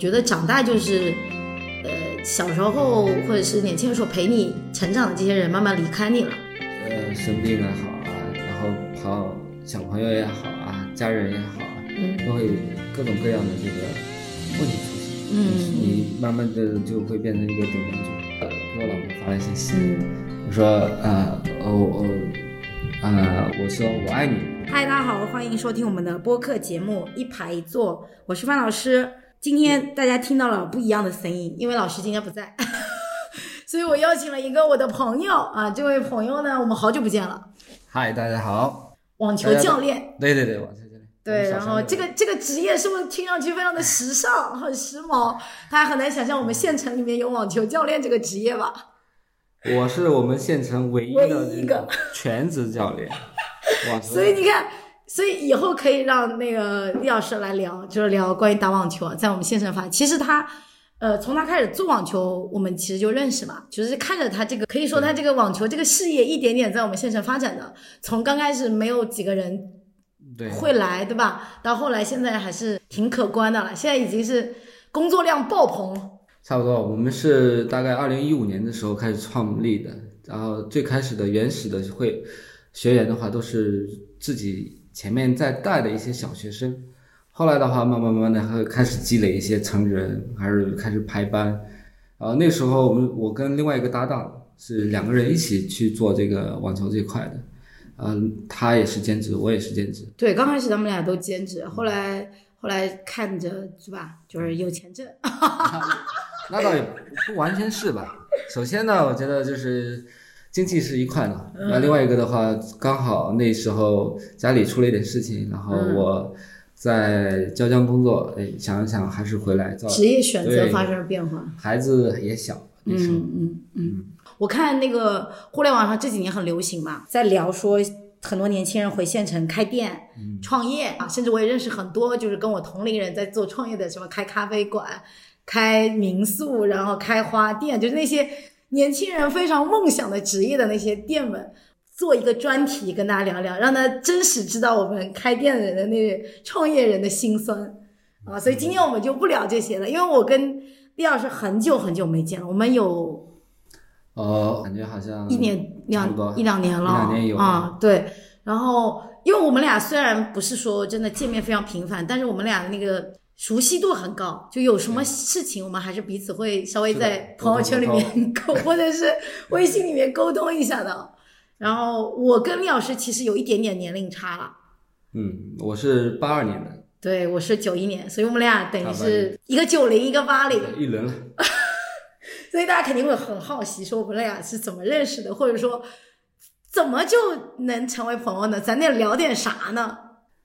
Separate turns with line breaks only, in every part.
觉得长大就是，呃，小时候或者是年轻的时候陪你成长的这些人慢慢离开你了。
呃，生病也好啊，然后朋友、小朋友也好啊，家人也好啊，
嗯
都会有各种各样的这个问题出现。
嗯
你慢慢的就会变成一个顶梁柱。呃给我老婆发了信息，
嗯，
我说呃，我、我、呃，我说我爱你。
嗨，大家好，欢迎收听我们的播客节目《一排一坐》，我是范老师。今天大家听到了不一样的声音，
因为老师今天不在， 所以我邀请了一个我的朋友啊，这位朋友呢，我们好久不见了，
嗨，大家好。
网球教练。
对对对，我在这里。
对，然后这个这个职业是不是听上去非常的时尚，很时髦？大家很难想象我们县城里面有网球教练这个职业吧？
我是我们县城唯一的
唯一一个
全职教 练，网球
所以你看，所以以后可以让那个李老师来聊，就是聊关于打网球啊在我们县城发。其实他，呃，从他开始做网球，我们其实就认识嘛，就是看着他这个，可以说他这个网球这个事业一点点在我们县城发展的。从刚开始没有几个人
对
会来，对吧？到后来现在还是挺可观的了，现在已经是工作量爆棚。
差不多，我们是大概二零一五年的时候开始创立的，然后最开始的原始的会学员的话，都是自己前面在带的一些小学生，后来的话，慢慢慢慢的会开始积累一些成人，还是开始排班，然后那时候我们我跟另外一个搭档是两个人一起去做这个网球这一块的，嗯，他也是兼职，我也是兼职，
对，刚开始他们俩都兼职，后来后来看着是吧，就是有钱挣，
那倒也不不完全是吧。首先呢，我觉得就是经济是一块的，那另外一个的话，刚好那时候家里出了一点事情，然后我在椒江工作，哎，想一想还是回来。造
职业选择
对
发生了变化。
孩子也小，那时候、
嗯嗯嗯，我看那个互联网上这几年很流行嘛，在聊说很多年轻人回县城开店、
嗯
创业啊，
甚至我也认识很多，就是跟我同龄人在做创业的，什么开咖啡馆、开民宿，然后开花店，就是那些年轻人非常梦想的职业的那些店们，做一个专题跟大家聊聊，让大家真实知道我们开店的人的那创业人的辛酸啊。所以今天我们就不聊这些了，因为我跟李老师很久很久没见了，我们有
呃，感觉好像
一年
嗯差不多
两一两年了，
一两年有
啊、对。然后，因为我们俩虽然不是说真的见面非常频繁，但是我们俩的那个熟悉度很高，就有什么事情我们还是彼此会稍微
嗯是的
在朋友圈里面沟，或者是微信里面沟通一下的。然后我跟李老师其实有一点点年龄差了，
嗯，我是八二年的，
对我是九一年，所以我们俩等于
差不多
是一个九零一个八零，
一轮了。
所以大家肯定会很好奇，说我们俩是怎么认识的，或者说怎么就能成为朋友呢？咱得聊点啥呢？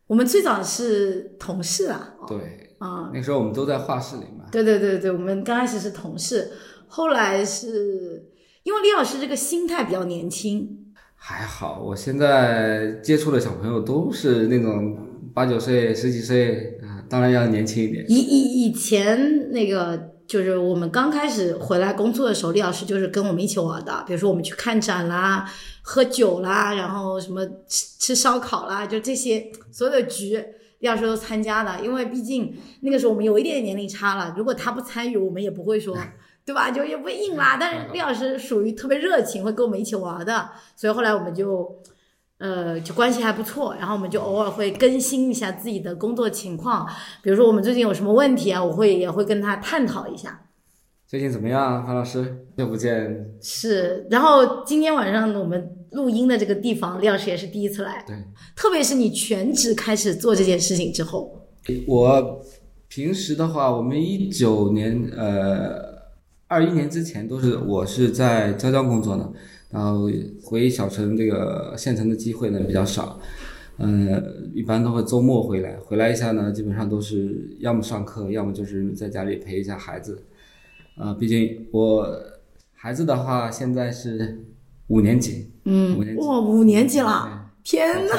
我们最早是同事啊，哦
对，
啊、
那时候我们都在画室里嘛。
对对对对，我们刚开始是同事，后来是因为李老师这个心态比较年轻，
还好，我现在接触的小朋友都是那种八九岁、十几岁啊，当然要年轻一点。
以以以前那个。就是我们刚开始回来工作的时候，李老师就是跟我们一起玩的，比如说我们去看展啦、喝酒啦，然后什么吃吃烧烤啦，就这些所有的局，廖老师都参加的，因为毕竟那个时候我们有一点点年龄差了，如果他不参与，我们也不会说，对吧？就也不会硬拉。但是廖老师属于特别热情，会跟我们一起玩的，所以后来我们就。呃，就关系还不错，然后我们就偶尔会更新一下自己的工作情况，比如说我们最近有什么问题啊，我会也会跟他探讨一下。
最近怎么样，范老师？又不见，
是，然后今天晚上我们录音的这个地方，廖老师也是第一次来，
对
特别是你全职开始做这件事情之后，
我平时的话，我们一九年呃二一年之前都是我是在椒江工作呢，然后回小城这个县城的机会呢比较少，嗯，一般都会周末回来，回来一下呢，基本上都是要么上课，要么就是在家里陪一下孩子，啊、毕竟我孩子的话现在是五年级，
嗯
五年级
哇，五年级了，
对
天 呐，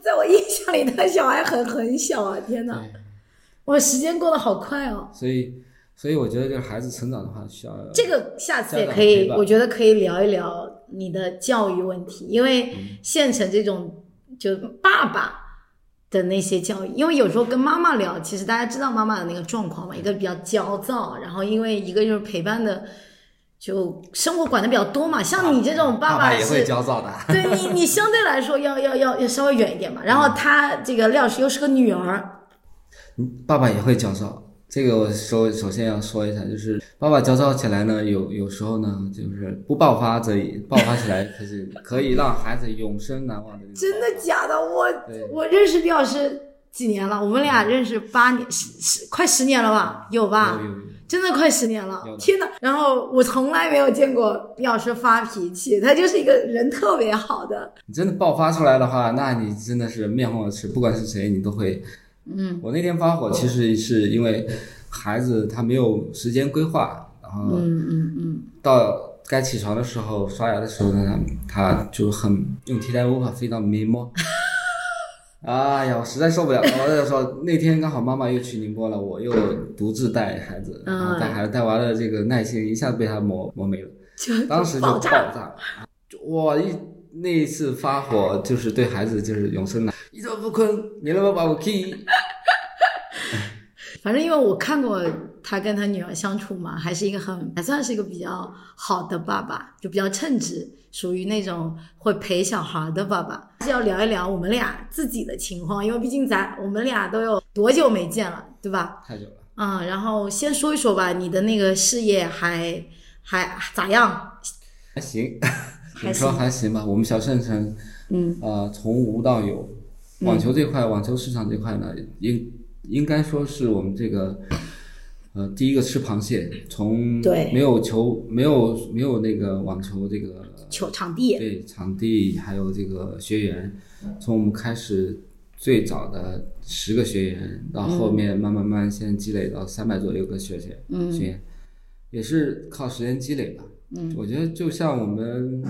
在我印象里，他小孩很很小啊，天呐，
对
哇，时间过得好快哦。
所以，所以我觉得这个孩子成长的话，需要
这个下次也
家长
可以
陪，伴
我觉得可以聊一聊
嗯
你的教育问题，因为县城这种就爸爸的那些教育，因为有时候跟妈妈聊，其实大家知道妈妈的那个状况嘛，一个比较焦躁，然后因为一个就是陪伴的，就生活管的比较多嘛。像你这种
爸
爸
也
是
会，焦躁的。
对你你相对来说要要要要稍微远一点嘛。然
嗯
后他这个廖老师又是个女儿，
爸爸也会焦躁，这个我首首先要说一下，就是爸爸焦躁起来呢，有有时候呢，就是不爆发则已，爆发起来可是可以让孩子永生难忘的那种。
真的假的？我
对嗯
我认识廖老师几年了？我们俩认识八年十十快十年了吧？有吧？
有有有
真的快十年了
有，的
天哪！然后我从来没有见过廖老师发脾气，他就是一个人特别好的。
你真的爆发出来的话，那你真的是面红耳赤，不管是谁，你都会。嗯，我那天发火其实是因为孩子他没有时间规划，然后
嗯嗯嗯，
到该起床的时候、刷牙的时候呢，他他就很用替代物法非常迷茫。 哎呀，我实在受不了！我就说那天刚好妈妈又去宁波了，我又独自带孩子，
嗯
然后带孩子带完了，这个耐心一下子被他磨磨没了，
就
当时就
爆
爆
炸
炸。我一那一次发火，就是对孩子就是永生难，一直不困，你能不能把我 k
反正因为我看过他跟他女儿相处嘛，还是一个很还算是一个比较好的爸爸，就比较称职，属于那种会陪小孩的爸爸。还是要聊一聊我们俩自己的情况，因为毕竟咱我们俩都有多久没见了，对吧？
太久了。
嗯，然后先说一说吧，你的那个事业还还咋样？
还行，
还
你说还行吧。我们小县城，
嗯，
呃，从无到有，网球这块，网球市场这块呢，应应该说是我们这个，呃，第一个吃螃蟹，从
对
没有球，没有没有那个网球这个
球场地，
对场地，还有这个学员，从我们开始最早的十个学员，到后面慢慢慢慢现在积累到三百左右个学员，嗯、学员也是靠时间积累吧。嗯，我觉得就像我们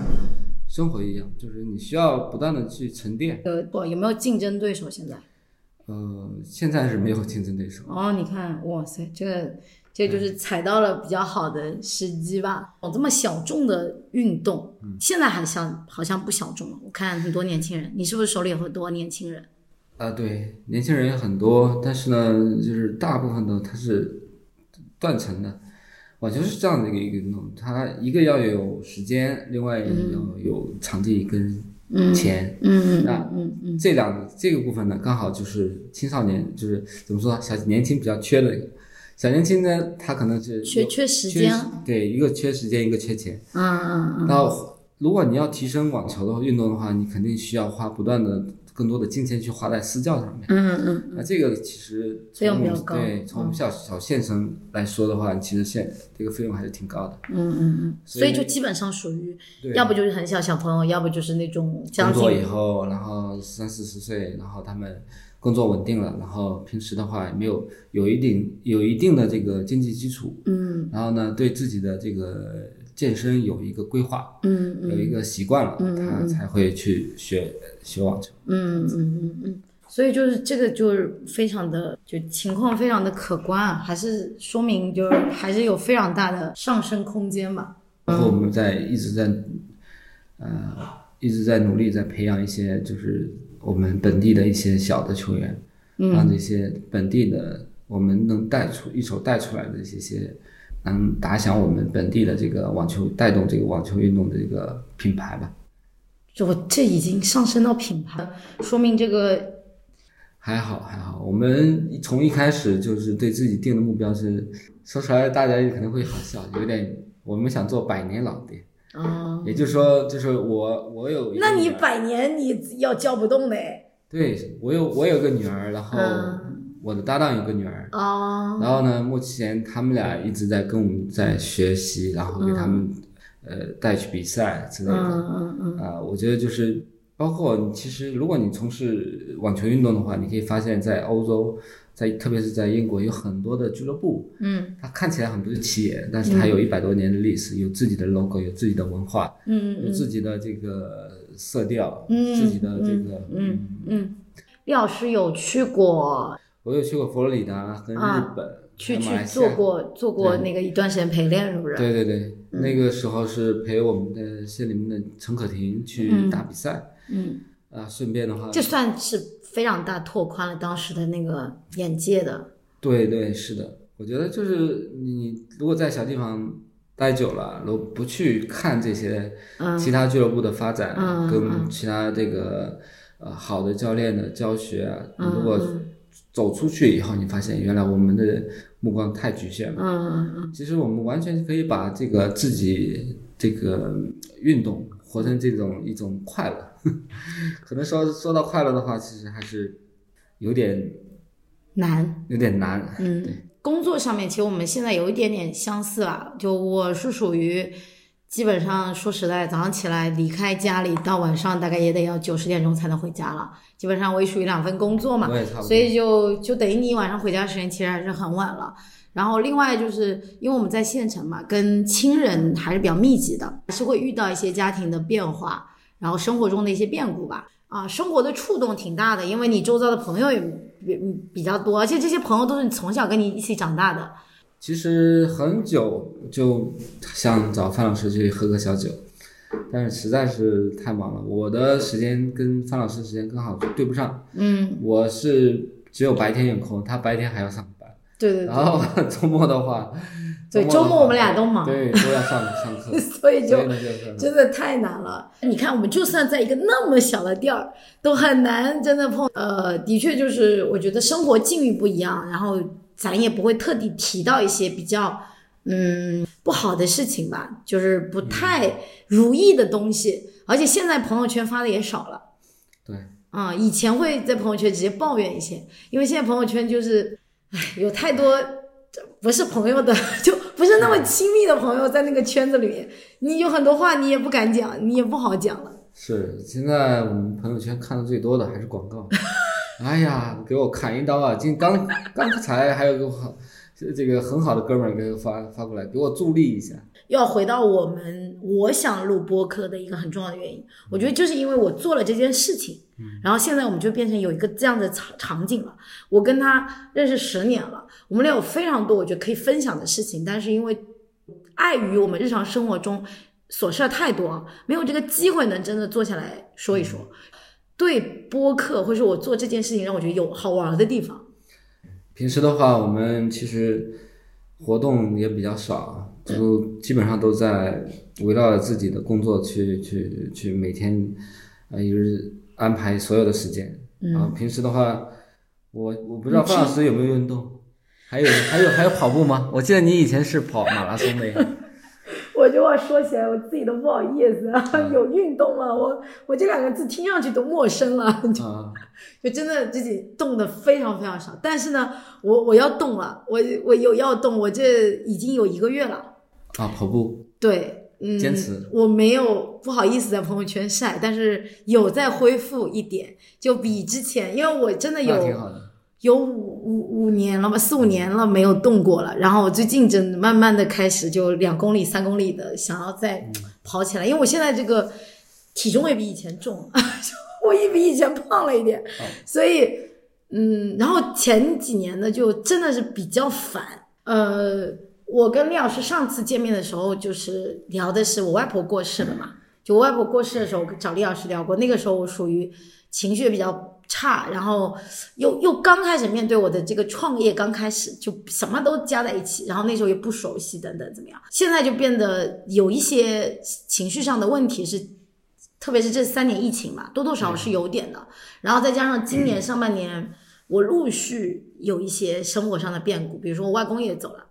生活一样，就是你需要不断的去沉淀。
有不呃有没有竞争对手？现在
呃，现在是没有竞争对手。
哦，你看，哇塞，这个这就是踩到了比较好的时机吧？哦，这么小众的运动，
嗯
现在还像好像不小众了。我看很多年轻人，你是不是手里有很多年轻人？
啊，对，年轻人也很多，但是呢，就是大部分的它是断层的。网球是这样的一个一个运动，它一个要有时间，另外要有场地跟钱。
嗯
那
嗯嗯
这两这个部分呢，刚好就是青少年，就是怎么说，小年轻比较缺的一个。小年轻呢，他可能是
缺
有
缺时
缺
间
对，一个缺时间，一个缺钱。
嗯嗯嗯，
那如果你要提升网球的运动的话，你肯定需要花不断的更多的金钱去花在私教上面。
嗯嗯
那这个其实
费
从
用
我
比较
们
高嗯
对从我们小小县城来说的话，其实现这个费用还是挺高的。
嗯嗯嗯，所以
所以
就基本上属于，
对
要不就是很小小朋友，要不就是那种家
工
庭
作以后，然后三四十岁，然后他们工作稳定了，然后平时的话也没有有一定有一定的这个经济基础，
嗯
然后呢对自己的这个健身有一个规划，
嗯
有一个习惯了，他才会去学学网球。
嗯嗯嗯嗯，所以就是这个就是非常的就情况非常的可观啊，还是说明就是还是有非常大的上升空间吧。
然后我们在一直在，呃，一直在努力在培养一些就是我们本地的一些小的球员，
嗯
让这些本地的我们能带出一手带出来的这些，能打响我们本地的这个网球，带动这个网球运动的这个品牌吧。
就我这已经上升到品牌了，说明这个
还好还好，我们从一开始就是对自己定的目标是，说出来大家可能会好笑，有点我们想做百年老店，
啊、
也就是说就是我我有一个
那你
女儿
百年你要教不动的哎
对我有我有个女儿，然后
嗯
我的搭档有个女儿，
啊、
然后呢，目前他们俩一直在跟我们在学习，然后给他们、呃带去比赛之类的。
嗯嗯嗯，
啊、我觉得就是包括你，其实如果你从事网球运动的话，你可以发现，在欧洲，在特别是在英国，有很多的俱乐部，
嗯，
它看起来很不是起眼，但是它有一百多年的历史，有自己的 logo，有自己的文化，
嗯，
有自己的这个色调，
嗯
自己的这个
嗯嗯，李老师有去过
我有去过佛罗里达跟日
啊
本，
去
还有马
去
来西
做
亚。
过做过那个一段时间陪练是不是？
对对对，
嗯
那个时候是陪我们的县里面的陈可婷去打比赛。
嗯
啊，顺便的话，
这算嗯是非常大拓宽了当时的那个眼界的。
对对是的，我觉得就是你如果在小地方待久了，如果不去看这些其他俱乐部的发展，
嗯
啊
嗯嗯
跟其他这个呃好的教练的教学啊，你
嗯
如果走出去以后，你发现原来我们的目光太局限了。
嗯嗯
其实我们完全可以把这个自己这个运动活成这种一种快乐。 可能说说到快乐的话，其实还是有点
难。
有点难。
嗯，工作上面其实我们现在有一点点相似啊，就我是属于。基本上说实在，早上起来离开家里到晚上大概也得要九十点钟才能回家了。基本上我也属于两份工作嘛，
我也差不多。
所以就就等于你晚上回家时间其实还是很晚了。然后另外就是因为我们在县城嘛，跟亲人还是比较密集的，还是会遇到一些家庭的变化，然后生活中的一些变故吧。啊，生活的触动挺大的，因为你周遭的朋友也比比较多，而且这些朋友都是你从小跟你一起长大的。
其实很久就想找范老师去喝个小酒，但是实在是太忙了，我的时间跟范老师时间刚好对不上。
嗯，
我是只有白天有空，他白天还要上班，
对对
然后 周末的话，
对
的话
周末我们俩都忙
对，都要上上课
对，， 所以就
所以呢就是
真的太难了。你看，我们就算在一个那么小的地儿，都很难真的碰。呃，的确就是，我觉得生活境遇不一样，然后咱也不会特地提到一些比较嗯不好的事情吧，就是不太如意的东西。而且现在朋友圈发的也少了。
对。
啊、以前会在朋友圈直接抱怨一些，因为现在朋友圈就是，唉，有太多不是朋友的， 就不是那么亲密的朋友在那个圈子里面，你有很多话你也不敢讲，你也不好讲了。
是现在我们朋友圈看的最多的还是 广告。哎呀，给我砍一刀啊！今刚刚才还有个好这个很好的哥们儿给我发发过来，给我助力一下。
要回到我们我想录播客的一个很重要的原因，我觉得就是因为我做了这件事情，然后现在我们就变成有一个这样的场场景了。我跟他认识十年了，我们俩有非常多我觉得可以分享的事情，但是因为碍于我们日常生活中琐事儿太多，没有这个机会能真的坐下来说一说。对播客或是我做这件事情，让我觉得有好玩的地方。
平时的话，我们其实活动也比较少，就基本上都在围绕着自己的工作去去去每天呃一日安排所有的时间。然后平时的话，我我不知道范老师有没有运动，还有还有还有跑步吗？我记得你以前是跑马拉松的呀。
我就要说起来，我自己都不好意思啊
嗯
有运动吗？我我这两个字听上去都陌生了， 就
啊，
就真的自己动的非常非常少。但是呢，我我要动了，我我有要动，我这已经有一个月了。
啊，跑步
对，嗯，
坚持
我没有不好意思在朋友圈晒，但是有在恢复一点，就比之前，因为我真的
那挺
有
好的。
有五五五年了吧，四五年了没有动过了。然后我最近真的慢慢的开始就两公里、三公里的想要再跑起来，因为我现在这个体重也比以前重 了，就我也比以前胖了一点，
哦
所以嗯，然后前几年呢就真的是比较烦，呃。我跟廖老师上次见面的时候，就是聊的是我外婆过世了嘛，就我外婆过世的时候，我找李老师聊过，那个时候我属于情绪比较差，然后又又刚开始面对我的这个创业，刚开始就什么都加在一起，然后那时候也不熟悉等等怎么样，现在就变得有一些情绪上的问题是。特别是这三年疫情嘛，多多少少是有点的，然后再加上今年上半年，我陆续有一些生活上的变故，比如说我外公也走了，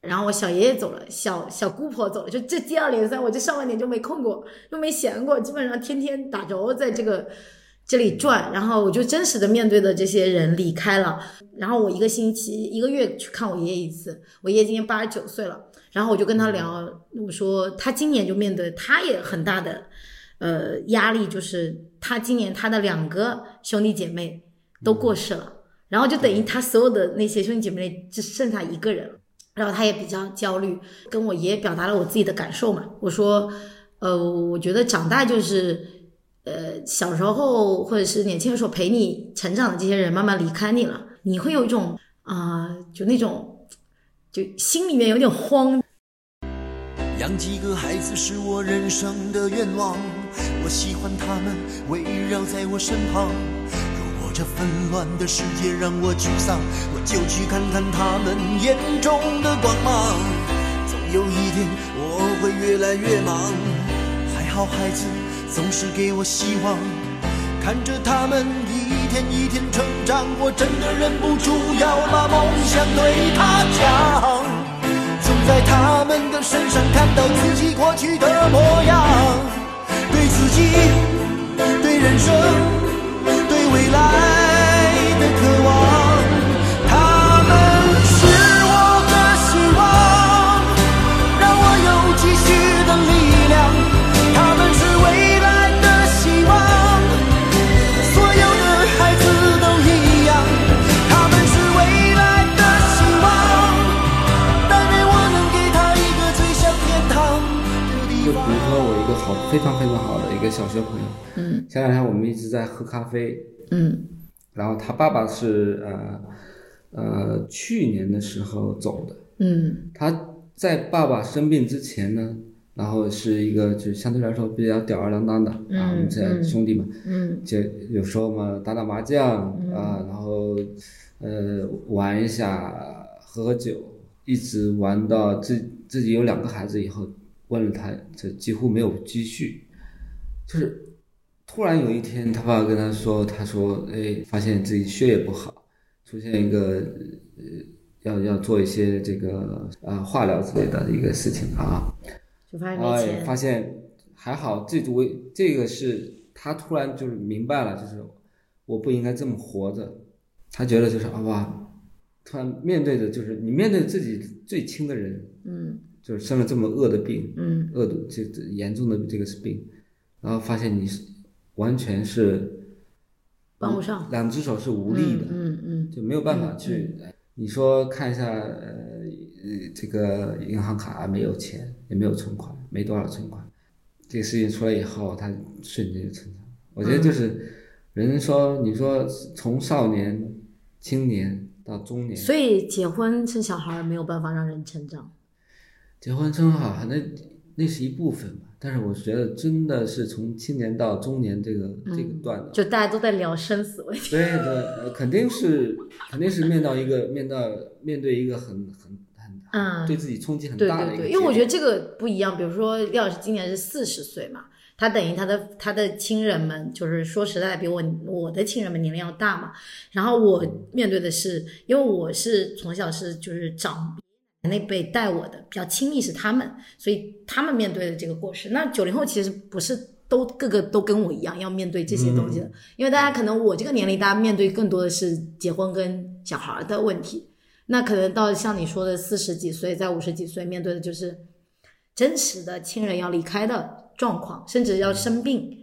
然后我小爷爷走了，小小姑婆走了，就这接二连三，我这上半年就没空过，又没闲过，基本上天天打轴在这个这里转，然后我就真实的面对的这些人离开了，然后我一个星期一个月去看我爷爷一次，我爷爷今年八十九岁了，然后我就跟他聊，我说他今年就面对他也很大的呃压力，就是他今年他的两个兄弟姐妹都
嗯
过世了，然后就等于他所有的那些兄弟姐妹只剩下一个人了。然后他也比较焦虑，跟我爷爷表达了我自己的感受嘛。我说，呃，我觉得长大就是，呃，小时候或者是年轻的时候陪你成长的这些人慢慢离开你了，你会有一种啊、就那种，就心里面有点慌。
养几个孩子是我人生的愿望，我喜欢他们围绕在我身旁。如果这纷乱的世界让我沮丧，我就去看看他们眼中的光芒。总有一天我会越来越忙，还好孩子总是给我希望。看着他们一天一天成长，我真的忍不住要把梦想对他讲。总在他们的身上看到自己过去的模样，对自己、对人生、对未来的渴望。他们是我的希望，让我有继续的力量。他们是未来的希望。所有的孩子都一样，他们是未来的希望。但愿我能给他一个最像天堂的
就
地
比如
方。
说我一个好非常非常好的一个小学朋友，嗯，前两天我们一直在喝咖啡，
嗯，
然后他爸爸是呃呃去年的时候走的，
嗯
他在爸爸生病之前呢，然后是一个就相对来说比较吊儿郎当的、啊，我们这兄弟嘛，
嗯
就有时候嘛打打麻将、啊，然后呃玩一下，喝喝酒，一直玩到自自己有两个孩子以后，问了他，这几乎没有积蓄，就是突然有一天，他爸跟他说，他说，哎，发现自己血液不好，出现一个呃要要做一些这个呃化疗之类的一个事情啊，
就发现没
哎，
钱，
发现还好，这我这个是他突然就是明白了，就是我不应该这么活着。他觉得就是啊哇，突然面对着就是你面对自己最亲的人，
嗯
就是生了这么恶的病，
嗯
恶毒这这严重的这个是病，然后发现你是完全是
帮不上，
两只手是无力的，
嗯嗯
就没有办法去。你说看一下，呃，呃这个银行卡没有钱，也没有存款，没多少存款。这个事情出来以后，他瞬间就成长。我觉得
嗯
就是，人说你说从少年、青年到中年
嗯，，所以结婚生小孩儿没有办法让人成长，
结婚真好，那那是一部分吧。但是我觉得真的是从青年到中年这个、这个段的，
就大家都在聊生死问题，
对对，呃肯定是肯定是面到一个面到面对一个很很很
嗯
对自己冲击很
对
大的
对
一个结果。
对，因为我觉得这个不一样。比如说，廖老师今年是四十岁嘛，他等于他的他的亲人们，就是说实在，比我我的亲人们年龄要大嘛。然后我面对的是，因为我是从小是就是长那辈带我的，比较亲密是他们，所以他们面对的这个过失。那九零后其实不是都个个都跟我一样要面对这些东
嗯
西的，因为大家可能我这个年龄，大家面对更多的是结婚跟小孩的问题。那可能到像你说的四十几岁，在五十几岁面对的就是真实的亲人要离开的状况，甚至要生病，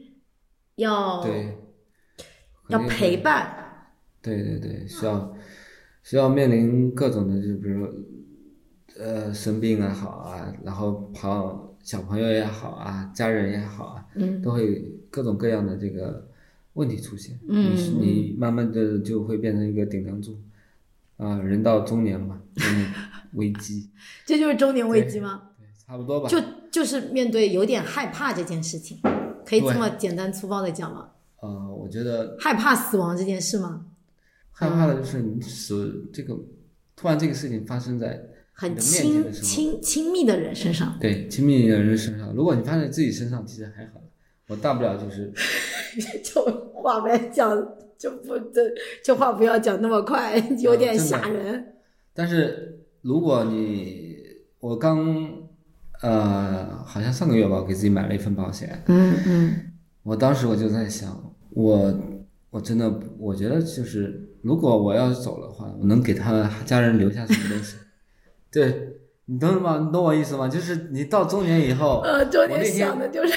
要
嗯对，
要
肯定是
陪，伴，
对对对，需要需要面临各种的，就比如呃生病啊好啊，然后朋小朋友也好啊，家人也好啊，
嗯
都会各种各样的这个问题出现。
嗯
你是你慢慢的就会变成一个顶梁柱啊、人到中年嘛，中年危机，
这就是中年危机吗？
对，差不多吧。
就就是面对有点害怕这件事情，可以这么简单粗暴的讲吗？
呃，我觉得
害怕死亡这件事吗？
害怕的就是你死这个，突然这个事情发生在你
很
的面前
亲
的时候。
亲亲密的人身 上，
对，亲密的人身上，如果你发现自己身上，其实还好，我大不了就是，
就话不要讲，就不这这话不要讲那么快，有点
啊真的
吓人。
但是如果你我刚呃，好像上个月吧，我给自己买了一份保险，
嗯嗯
我当时我就在想，我我真的我觉得就是，如果我要是走的话，我能给他家人留下什么东西？ 对你懂吗？你懂我意思吗？就是你到中年以后，
呃，中
我那
间
天
想的就是。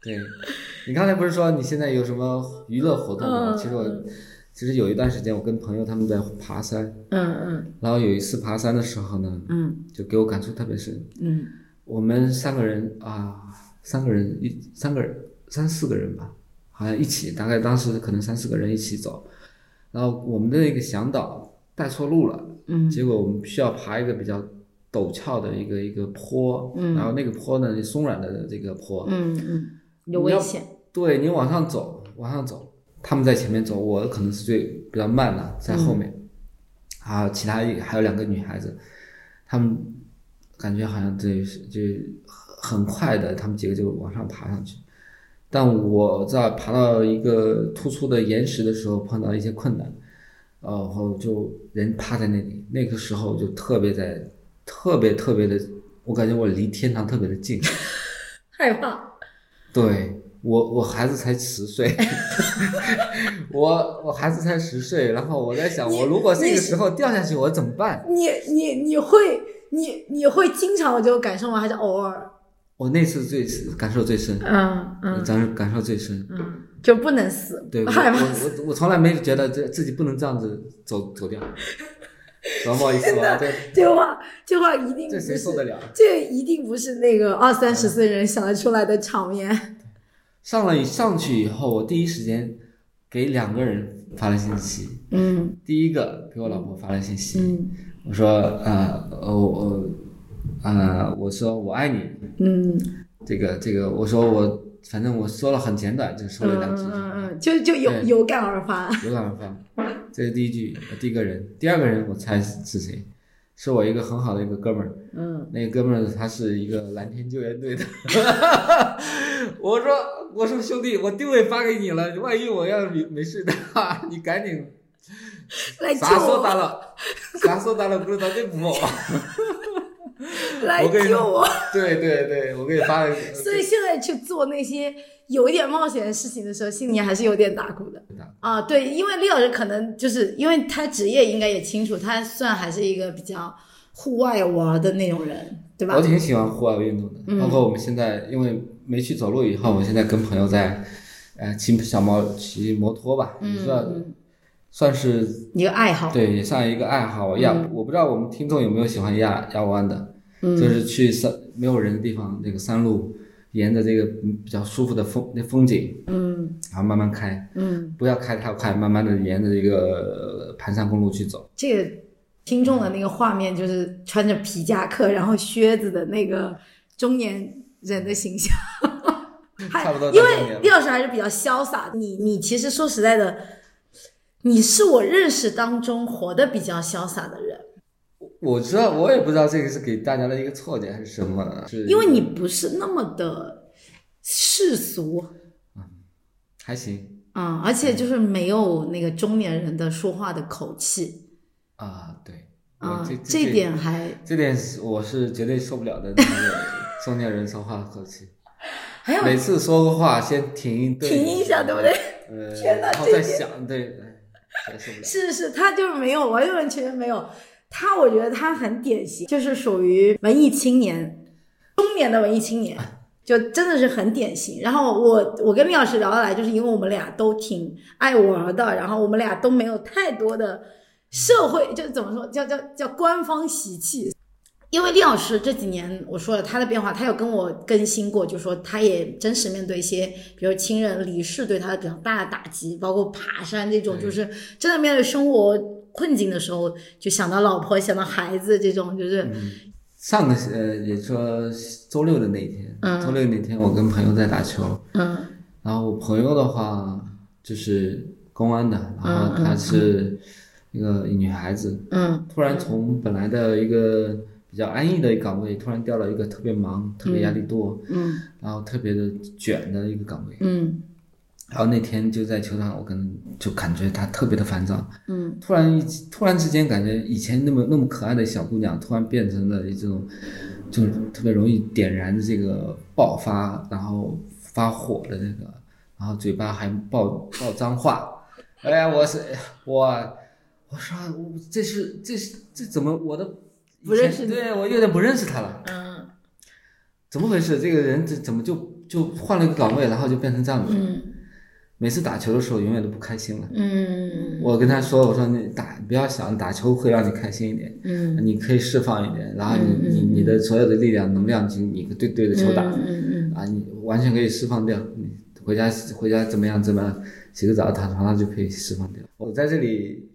对，你刚才不是说你现在有什么娱乐活动吗？
嗯
其实我其实有一段时间，我跟朋友他们在爬山，
嗯
然后有一次爬山的时候呢，
嗯
就给我感触特别深。
嗯
我们三个人啊，三个人一三个人三四个人吧，好像一起，大概当时可能三四个人一起走，然后我们的那个向导带错路了，
嗯
结果我们需要爬一个比较陡峭的一个一个坡，
嗯
然后那个坡呢是松软的这个坡，
嗯嗯，有危险。
对你往上走，往上走，他们在前面走，我可能是最比较慢的，在后面。还有其他一还有两个女孩子，她们感觉好像这是就很快的，她们几个就往上爬上去。但我在爬到一个突出的岩石的时候，碰到一些困难，呃然后就人趴在那里。那个时候就特别在，特别特别的，我感觉我离天堂特别的近。
害怕，
对我，我孩子才十岁， 我我孩子才十岁，然后我在想，我如果这个时候掉下去，我怎么办？
你你你会你你会经常有这种感受吗？还是偶尔？
我那次最感受最深，
嗯嗯
感受感受最深。
嗯，就不能死，
对我
害怕
我我我从来没觉得这自己不能这样子走走掉，然后不好意思啊，这
这话这话一定不
这谁
是
受得了？
这一定不是那个二三十岁人想得出来的场面。
上了上去以后，我第一时间给两个人发了信息，
嗯
第一个给我老婆发了信息，
嗯
我说呃，我我呃，我说我爱你，
嗯
这个这个，我说我反正我说了很简短，就说了两句，
嗯嗯，就就有
对
有感而发。
有感而发。这是第一句，呃第一个人，第二个人我猜是谁，是我一个很好的一个哥们儿，
嗯，
那个哥们儿他是一个蓝天救援队的， 我说我说兄弟，我定位发给你了，万一我要没没事的话，你赶紧
来救
啥时候
我，
打 了，啥时候打了不知道对不我。
来
我跟你
救我！
对对对，我给你发了。
所以现在去做那些有一点冒险的事情的时候，心里还是有点打鼓的
打鼓。
啊，对，因为李老师可能就是因为他职业应该也清楚，他算还是一个比较户外玩的那种人，对吧嗯
我？挺喜欢户外运动的，包括我们现在因为没去走路以后，我现在跟朋友在，呃，骑小毛骑摩托吧，
嗯
也算、算是
一个爱好。
对，也算一个爱好。亚、
嗯
我不知道我们听众有没有喜欢亚亚湾的，就是去山没有人的地方，那个山路，沿着这个嗯比较舒服的风那风景，
嗯
然后慢慢开，
嗯，
不要开太快，慢慢的沿着这个呃盘山公路去走。
这个听众的那个画面
嗯
就是穿着皮夹克，然后靴子的那个中年人的形 象。还
差不多到
因
中年
为
了
李老师还是比较潇洒。你你其实说实在的，你是我认识当中活得比较潇洒的人，
我知道，我也不知道这个是给大家的一个错觉还是什么，是
因为你不是那么的世俗
还行。
啊、嗯而且就是没有那个中年人的说话的口气
啊，对，
啊、
我这
这点还
这点是我是绝对受 不了的那个中年人说话口气，
还有
每次说话先停一顿
停一下，对不对？
呃，
天哪
然后
这
再
点
想，对，哎真受不了。
是是，他就是没有，完完全全没有。他我觉得他很典型，就是属于文艺青年，中年的文艺青年，就真的是很典型。然后我我跟李老师聊得来，就是因为我们俩都挺爱玩的，然后我们俩都没有太多的社会，就怎么说，叫叫叫官方习气。因为李老师这几年，我说了他的变化，他有跟我更新过，就说他也真实面对一些，比如亲人离世对他的比较大的打击，包括爬山这种，
对
就是真的面对生活困境的时候，就想到老婆，想到孩子这种，就是
上个呃，也说周六的那一天，
嗯
周六那天我跟朋友在打球，
嗯
然后我朋友的话就是公安的，然后
嗯
她
嗯
是一个女孩子，
嗯
突然从本来的一个比较安逸的一个岗位，突然调了一个特别忙、特别压力多，
嗯
然后特别的卷的一个岗位。
嗯
然后那天就在球场，我跟就感觉她特别的烦躁，
嗯
突然一突然之间感觉以前那么那么可爱的小姑娘，突然变成了这种，就是特别容易点燃这个爆发，然后发火的那个，然后嘴巴还爆爆脏话。哎呀，我是我，我说我这是这是这怎么我都
不认识你
对我有点不认识她了，
嗯
怎么回事？这个人这怎么就就换了一个岗位，然后就变成这样子？
嗯
每次打球的时候，永远都不开心了。
嗯
我跟他说：“我说你打不要想打球会让你开心一点，
嗯，
你可以释放一点，然后你、
嗯嗯
你你的所有的力量能量，就你对对着球打、
嗯嗯
啊，你完全可以释放掉。你回家回家怎么样怎么样，洗个澡躺床上就可以释放掉。
嗯
我在这里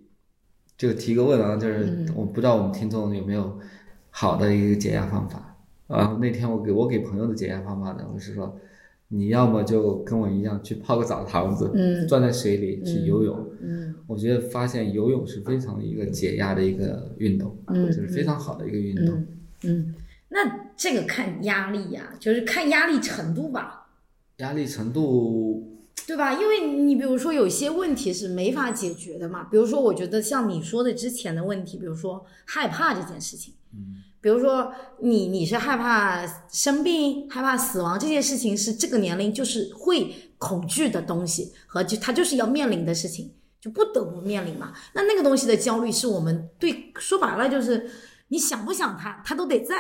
就提个问啊，就是我不知道我们听众有没有好的一个解压方法。然后那天我给我给朋友的解压方法呢，我是说，你要么就跟我一样去泡个澡堂子，
嗯
钻在水里去游泳。
嗯
我觉得发现游泳是非常一个解压的一个运动，
嗯
就是非常好的一个运动。
嗯，那这个看压力呀、就是看压力程度吧，
压力程度，
对吧？因为你比如说有些问题是没法解决的嘛，比如说我觉得像你说的之前的问题，比如说害怕这件事情，
嗯，
比如说你你是害怕生病、害怕死亡这件事情，是这个年龄就是会恐惧的东西和就他就是要面临的事情，就不得不面临嘛。那那个东西的焦虑是我们对说白了就是你想不想他，他都得在，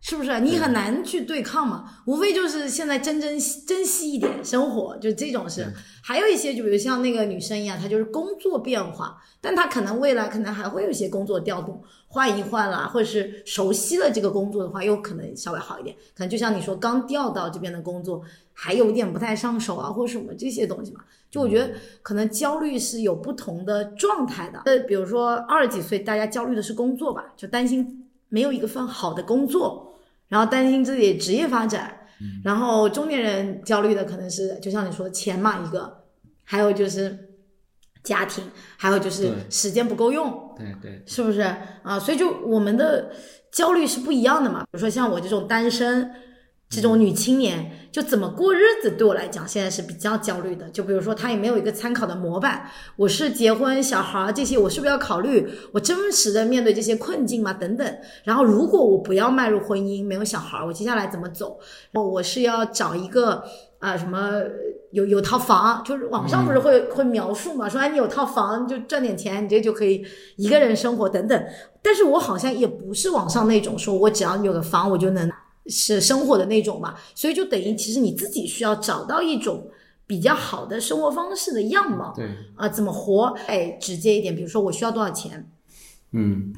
是不是？你很难去对抗嘛，无非就是现在真珍惜珍惜一点生活，就这种事
对。
还有一些就比如像那个女生一样，她就是工作变化，但她可能未来可能还会有一些工作调动，换一换啦，或者是熟悉了这个工作的话，又可能稍微好一点。可能就像你说，刚调到这边的工作，还有一点不太上手啊，或者什么这些东西嘛。就我觉得可能焦虑是有不同的状态的。呃，比如说二十几岁，大家焦虑的是工作吧，就担心没有一个份好的工作，然后担心自己职业发展。然后中年人焦虑的可能是，就像你说的钱嘛，一个，还有就是家庭，还有就是
对
时间不够用，
对对，
是不是啊？所以就我们的焦虑是不一样的嘛。比如说像我这种单身，这种女青年，就怎么过日子，对我来讲现在是比较焦虑的。就比如说，她也没有一个参考的模板，我是结婚、小孩儿这些，我是不是要考虑我真实的面对这些困境嘛？等等。然后，如果我不要迈入婚姻，没有小孩儿，我接下来怎么走？然后我是要找一个。啊，什么呃有有套房，就是网上不是会、会描述嘛，说哎你有套房就赚点钱，你这就可以一个人生活等等。但是我好像也不是网上那种说我只要有个房我就能是生活的那种嘛，所以就等于其实你自己需要找到一种比较好的生活方式的样貌
对，
啊，怎么活？哎，直接一点，比如说我需要多少钱，
嗯，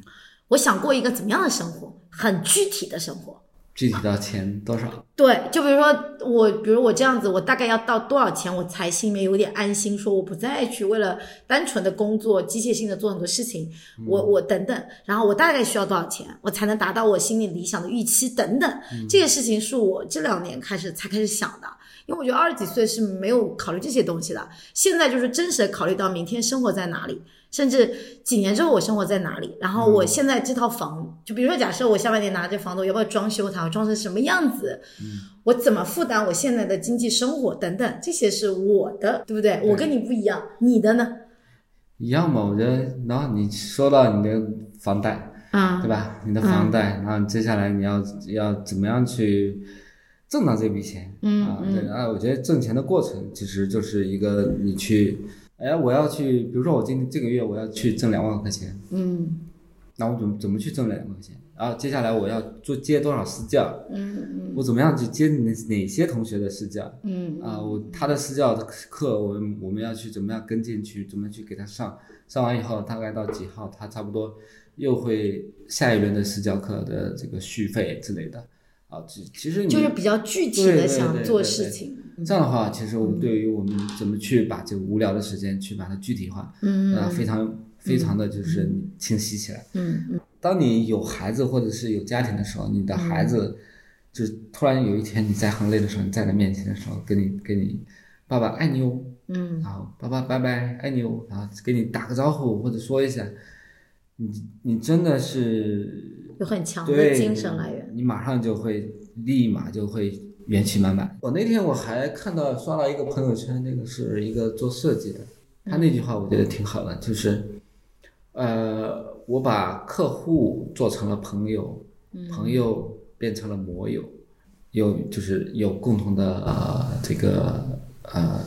我想过一个怎么样的生活，很具体的生活。
具体到钱多少？
对，就比如说我，比如我这样子，我大概要到多少钱，我才心里面有点安心，说我不再去为了单纯的工作、机械性的做很多事情，我我等等，然后我大概需要多少钱，我才能达到我心里理想的预期等等，这些事情是我这两年开始才开始想的，因为我觉得二十几岁是没有考虑这些东西的，现在就是真实的考虑到明天生活在哪里，甚至几年之后我生活在哪里，然后
嗯
我现在这套房，就比如说假设我下半年拿这房子，我要不要装修它，我装成什么样子，
嗯
我怎么负担我现在的经济生活等等，这些是我的，对不对？我跟你不一样，你的呢？
一样嘛，我觉得。然后你说到你的房贷，
啊
对吧？你的
嗯
房贷，然后接下来你要要怎么样去挣到这笔钱？
嗯
啊，对啊，我觉得挣钱的过程其实就是一个你去，哎，我要去，比如说我今这个月我要去挣两万块钱，
嗯
那我怎么怎么去挣两万块钱？然后接下来我要做接多少私教？
嗯
我怎么样去接哪哪些同学的私教？
嗯
啊、我他的私教的课，我们我们要去怎么样跟进去，怎么去给他上，上完以后大概到几号，他差不多又会下一轮的私教课的这个续费之类的，啊，其其实你
就是比较具体
对
的
对
想
对
做
对
事
对
情，嗯
这样的话，其实我们对于我们怎么去把这个无聊的时间去把它具体化，嗯，啊，非常非常的就是清晰起来。
嗯嗯
当你有孩子或者是有家庭的时候，你的孩子就是突然有一天你在很累的时候，你在他面前的时候，跟你跟你爸爸爱你哦。
嗯
然后爸爸拜拜，爱你哦，然后给你打个招呼或者说一下，你你真的是
有很强的
对
精神来源。
你马上就会立马就会元气满满。我那天我还看到刷到一个朋友圈，那个是一个做设计的，他那句话我觉得挺好的，就是，呃，我把客户做成了朋友，
嗯
朋友变成了摩友，有就是有共同的呃这个呃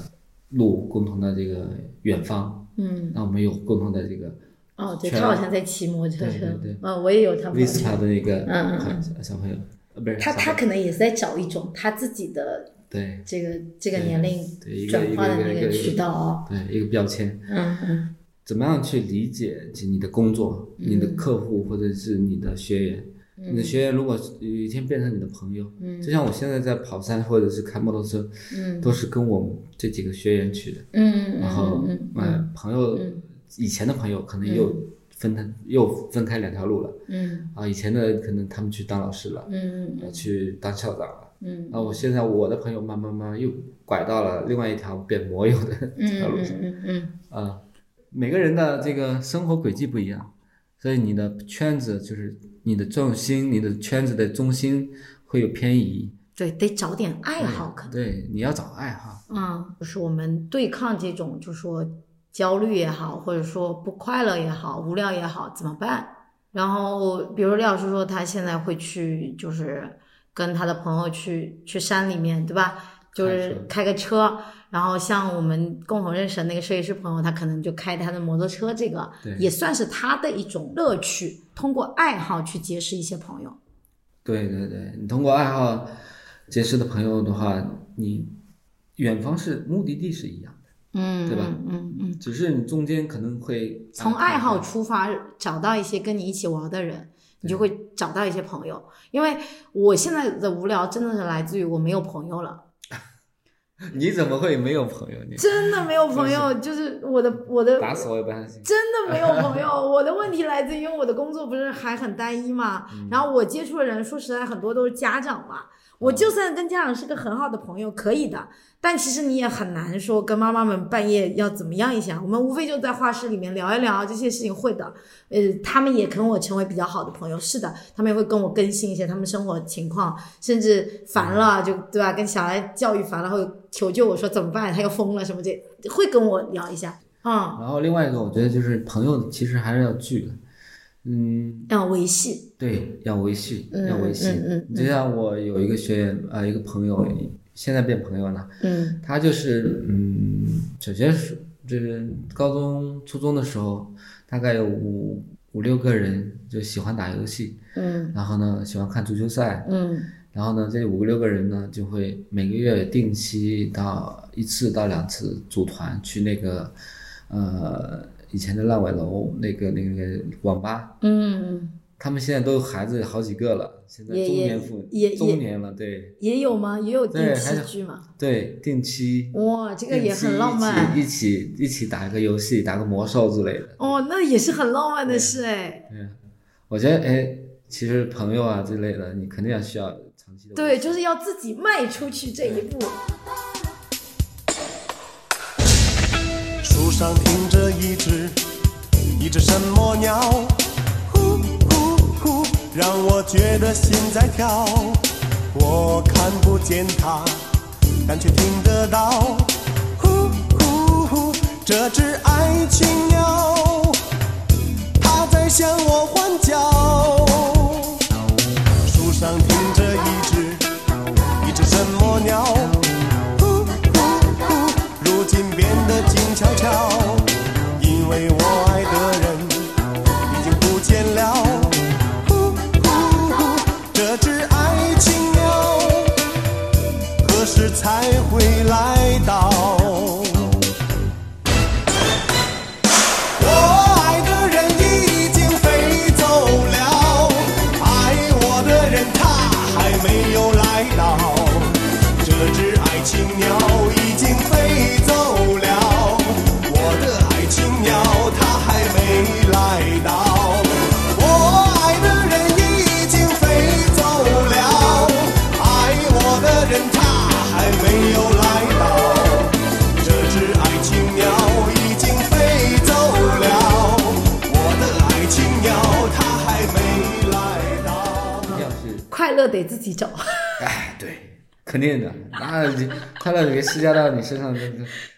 路，共同的这个远方，
嗯，
那我们有共同的这个
哦，对
全
他好像在骑摩托
对
车
对对，
嗯，我也有他朋友
Vista 的那个
嗯嗯
小朋友，呃不是
他
小
他
朋友
可能也是在找一种他自己的
对。
这个这个
对
年龄
对一个
转化的
一个
那
一个一个
渠道哦，
对哎一个标签，
嗯嗯
怎么样去理解就你的工作、你的客户或者是你的学员？你
嗯
的学员如果有一天变成你的朋友，就像我现在在跑山或者是开摩托车，
嗯
都是跟我们这几个学员去的，
嗯，
然后哎
嗯嗯
呃朋友以前的朋友可能又分他又分开两条路了
嗯
啊。以前的可能他们去当老师了，
嗯
呃去当校长了。
嗯
那我现在我的朋友慢慢慢又拐到了另外一条变魔友的
嗯
这条路上
嗯嗯
啊。每个人的这个生活轨迹不一样，所以你的圈子就是你的重心，你的圈子的中心会有偏移。
对，得找点爱好可能。
对，你要找爱好。
嗯，就是我们对抗这种，就说焦虑也好，或者说不快乐也好，无聊也好，怎么办？然后，比如廖老师说他现在会去，就是跟他的朋友去去山里面，对吧？就是开个车，然后像我们共同认识的那个设计师朋友，他可能就开他的摩托车，这个
对
也算是他的一种乐趣，通过爱好去结识一些朋友。
对对对，你通过爱好结识的朋友的话，你远方是目的地是一样的，
嗯，
对吧
嗯嗯嗯，
只是你中间可能会
从爱好
出，
出发找到一些跟你一起玩的人，你就
对
会找到一些朋友。因为我现在的无聊真的是来自于我没有朋友了，
你怎么会没有朋友？你
真的没有朋友，就是我的我的
打死我也不相信。
真的没有朋友。我的问题来自于因为我的工作不是还很单一嘛，然后我接触的人说实在很多都是家长嘛。我就算跟家长是个很好的朋友，可以的，但其实你也很难说跟妈妈们半夜要怎么样一下。我们无非就在画室里面聊一聊这些事情，会的。呃，他们也跟我成为比较好的朋友，是的，他们也会跟我更新一些他们生活情况，甚至烦了就对吧？跟小孩教育烦了，会求救我说怎么办？他又疯了什么这，会跟我聊一下。嗯，
然后另外一个，我觉得就是朋友其实还是要聚的，嗯，
要维系，
对，要维系，
嗯
要维系。
嗯嗯
就像我有一个学员，呃，一个朋友，现在变朋友了，
嗯
他就是嗯，小学时就是高中、初中的时候，大概有五五六个人就喜欢打游戏，
嗯
然后呢喜欢看足球赛，
嗯
然后呢这五六个人呢就会每个月定期到一次到两次组团去那个呃以前的烂尾楼那个那个网吧。
嗯，
他们现在都有孩子好几个了，现在
也
中
也
年妇
也也
中年了，对
也有吗？也有定
对还
期
是
剧吗？
对，定期
哇，这
这
个也很浪漫
一起一起打个游戏，打个魔兽之类的。
哦，那也是很浪漫的事哎。
嗯，我觉得哎，其实朋友啊之类的，你肯定要需要长期的。
对，就是要自己迈出去这一步。
树上停着一只一只什么鸟，呼呼呼，让我觉得心在跳。我看不见它，但却听得到，呼呼呼，这只爱情鸟，它在向我欢叫。树上停着一只一只什么鸟，呼呼呼，如今变得静悄悄，因为我爱的人已经不见了，呼呼呼，这只爱情鸟何时才会来到？我爱的人已经飞走了，爱我的人他还没有来到。这只爱情鸟已经飞走了，我的爱情鸟它还没来到。我爱的人已经飞走了，爱我的人他还没有来到。这只爱情鸟已经飞走了，我的爱情鸟它还没来到。
要是
快乐得自己找，
哎，对，肯定的，那你快乐给施加到你身上，那个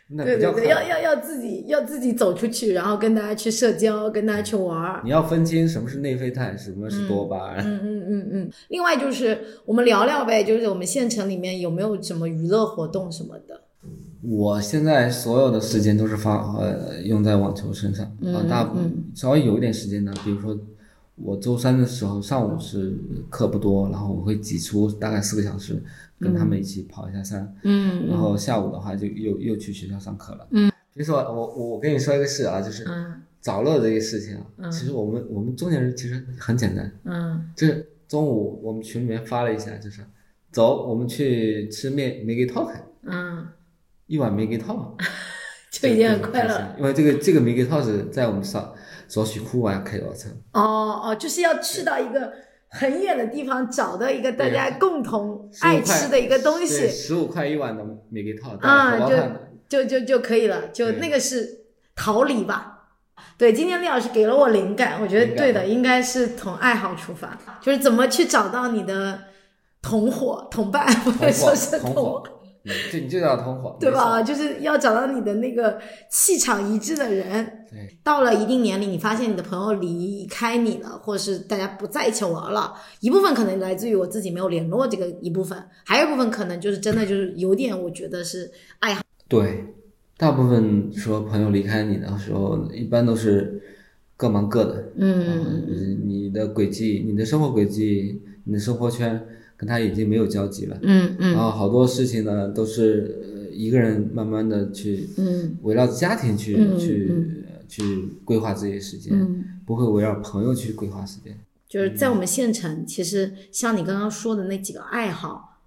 那
对
比较
对
快
对，要要要自己要自己走出去，然后跟大家去社交，跟大家去玩儿。
你要分清什么是内啡肽，什么是多巴胺。
嗯嗯嗯嗯。另外就是我们聊聊呗，就是我们县城里面有没有什么娱乐活动什么的？
我现在所有的时间都是放呃用在网球身上啊，
嗯
大稍微有一点时间呢，比如说我周三的时候上午是课不多，然后我会挤出大概四个小时跟他们一起跑一下山，
嗯
然后下午的话就又又去学校上课了。
嗯，
其实我我我跟你说一个事啊，就是
嗯
找乐这个事情啊，
嗯
其实我们我们中年人其实很简单，
嗯
就是中午我们群里面发了一下，就是走，我们去吃面梅给套开，
嗯，
一碗梅给套。
就已经很快乐了。
了。因为这个这个 Mickey House 在我们少少许库瓦啊开罗城，
哦哦，就是要去到一个很远的地方，找到一个大家共同爱吃的一个东西，
十五块一碗的 Mickey House，
啊
在荷
就
花畔
就就就可以了。就
对
那个是逃离吧。对，今天李老师给了我灵感，我觉得
灵感
对的，应该是从爱好出发，就是怎么去找到你的同伙、同伴，不
同
能说
伙
是
同
同
伙，嗯，就你就叫同伙，
对吧？
没
就是要找到你的那个气场一致的人。
错？对，
到了一定年龄，你发现你的朋友离开你了，或是大家不在一起玩了，一部分可能来自于我自己没有联络这个一部分，还有一部分可能就是真的就是有点，我觉得是
对，大部分说朋友离开你的时候，一般都是各忙各的。
嗯
嗯，你的轨迹、你的生活轨迹、你的生活圈跟他已经没有交集了。
嗯
然
嗯
后好多事情呢，都是呃一个人慢慢的去
嗯
围绕着家庭去、
嗯
去、
嗯
呃去规划自己的时间，
嗯，
不会围绕朋友去规划时间。
就是在我们县城，其实像你刚刚说的那几个爱好，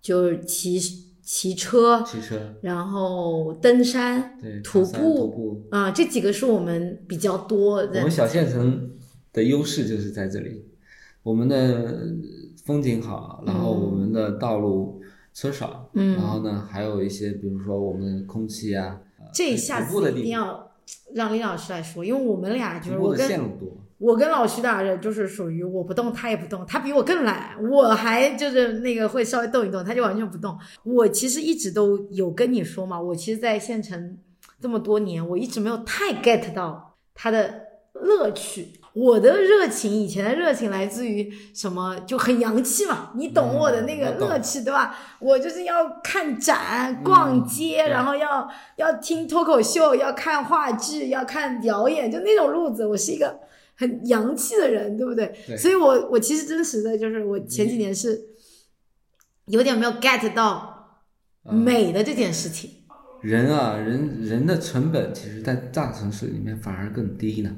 就是骑骑车，
骑车，
然后登山
对，
徒
爬山徒
步
步，
啊、这几个是我们比较多
我
的
们。小县城的优势就是在这里，我们的风景好，然后我们的道路车少，
嗯
然后呢，还有一些比如说我们的空气啊，呃
这一下
徒步
子
的
一
地
定要让李老师来说，因为我们俩就是
徒
我
步的线
跟
路多，
我跟老徐俩人就是属于我不动他也不动，他比我更懒，我还就是那个会稍微动一动，他就完全不动。我其实一直都有跟你说嘛，我其实，在县城这么多年，我一直没有太 get 到他的乐趣。我的热情，以前的热情来自于什么？就很洋气嘛，你懂
嗯
我的那个
我懂
乐趣，对吧？我就是要看展、逛街，
嗯对
然后要要听脱口秀，要看话剧，要看表演，就那种路子。我是一个很洋气的人，对不对？
对嗯
所以我我其实真实的就是，我前几年是有点没有 get 到
呃
美的这件事情。
人啊，人人的成本其实，在大城市里面反而更低呢。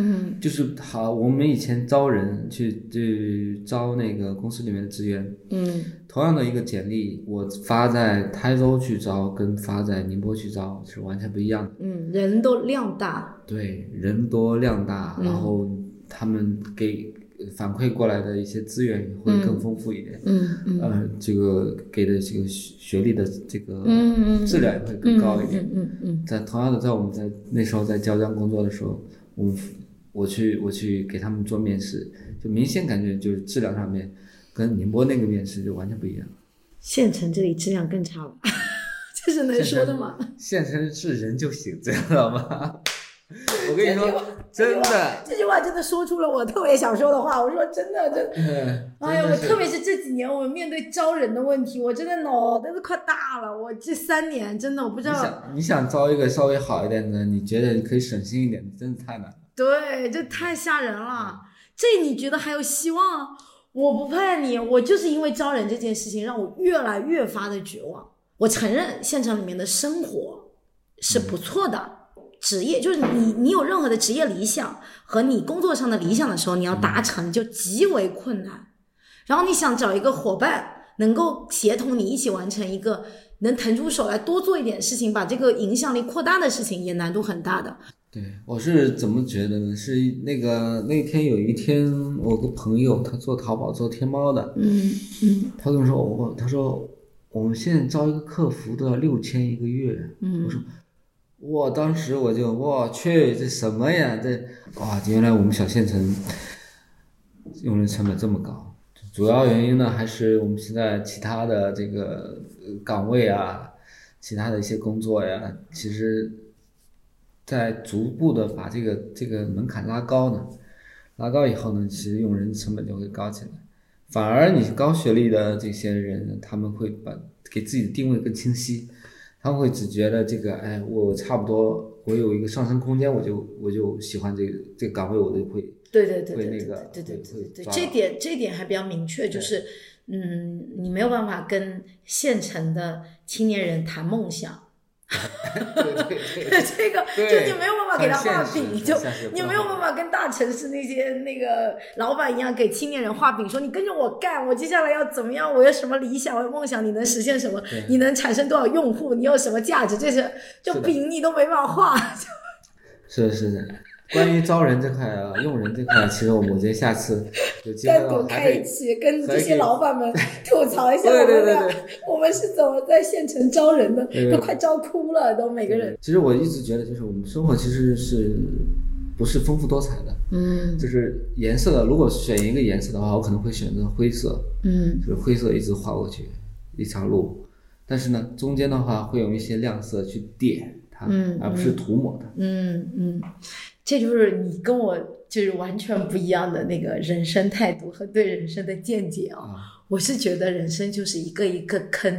嗯
就是好，我们以前招人去去招那个公司里面的职员，
嗯
同样的一个简历，我发在台州去招，跟发在宁波去招是完全不一样的。
嗯，人都量大，
对，人多量大，
嗯
然后他们给反馈过来的一些资源也会更丰富一点。
嗯
呃，这个给的这个学学历的这个
嗯嗯
质量也会更高一点。
嗯嗯
在同样的，在我们在那时候在椒江工作的时候，我们我去我去给他们做面试，就明显感觉就是质量上面跟宁波那个面试就完全不一样。
县城这里质量更差了， 这是能说的吗？
现身是人就行，知道吗？ 我跟你说，真 的，
这句话真的说出了我特别想说的话。我说真的，真的，
嗯
哎呀，我
真的是
特别是这几年我面对招人的问题，我真的脑袋都快大了。我这三年真的我不知
你
道，
想你想招一个稍微好一点的，你觉得你可以省心一点，真的太难了。
对，这太吓人了。这你觉得还有希望？我不怕你，我就是因为招人这件事情，让我越来越发的绝望。我承认县城里面的生活是不错的，职业就是你你有任何的职业理想和你工作上的理想的时候，你要达成就极为困难。然后你想找一个伙伴，能够协同你一起完成一个能腾出手来多做一点事情，把这个影响力扩大的事情，也难度很大的。
对，我是怎么觉得呢？是那个那天有一天，我有个朋友他做淘宝做天猫的，
嗯嗯
他跟我说，我他说我们现在招一个客服都要六千一个月，
嗯，
我说，我当时我就我去这什么呀？这哇，原来我们小县城用人成本这么高，主要原因呢还是我们现在其他的这个呃岗位啊，其他的一些工作呀，其实在逐步的把这个这个门槛拉高呢，拉高以后呢，其实用人成本就会高起来。反而你高学历的这些人，他们会把给自己的定位更清晰，他们会只觉得这个，哎，我差不多，我有一个上升空间，我就我就喜欢这个这个岗位，我就会
对对对对
会那
对
个
对对对
会
对对，
会抓
这点这点还比较明确，就是嗯，你没有办法跟县城的青年人谈梦想，
对对对，
这个
对
就你没有办法给他画
很现
饼，
实
就
很现实
你
不
没有
能画
办法跟大城市那些那个老板一样给青年人画饼，说你跟着我干，我接下来要怎么样，我有什么理想，我有梦想，你能实现什么
对，
你能产生多少用户，你有什么价值，这些就是
的
饼你都没办法画。
是是是。关于招人这块啊，用人这块，其实我我觉得下次 有机会
单
的
独
话还
开
可
一
以。
期，跟
还
这
可
些
以
老板 们吐槽一下
对
我
对
们
对
的
对，
我们是怎么在县城招人的
对，对
都
对
快招哭了，都每个人。
其实我一直觉得，就是我们生活其实是不是丰富多彩的，
嗯
就是颜色的。如果选一个颜色的话，我可能会选择灰色，
嗯
就是灰色一直划过去一条路，但是呢，中间的话会用一些亮色去点它，
嗯
而不是涂抹它。
嗯嗯，
这就是你跟我就是完全不一样的那个人生态度和对人生的见解哦。
啊
我是觉得人生就是一个一个坑，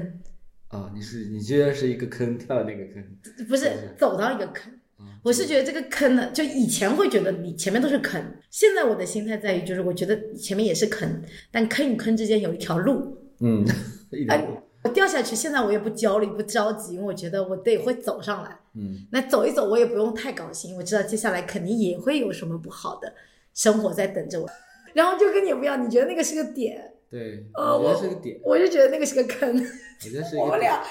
啊！你是你觉得是一个坑跳那个坑
不是走到一个坑。
啊？
我是觉得这个坑呢，就以前会觉得你前面都是坑，现在我的心态在于就是我觉得前面也是坑，但坑与坑之间有一条路，
嗯， 一点
我
不
掉下去，现在我也不焦虑不着急，因为我觉得我得会走上来。
嗯
那走一走，我也不用太高兴，我知道接下来肯定也会有什么不好的生活在等着我。然后就跟你不一样，你觉得那个是个点，
对，
呃
我觉得
我
是个点，
我就觉得那个是个坑。
我觉得是一
我
个
们
点。
俩，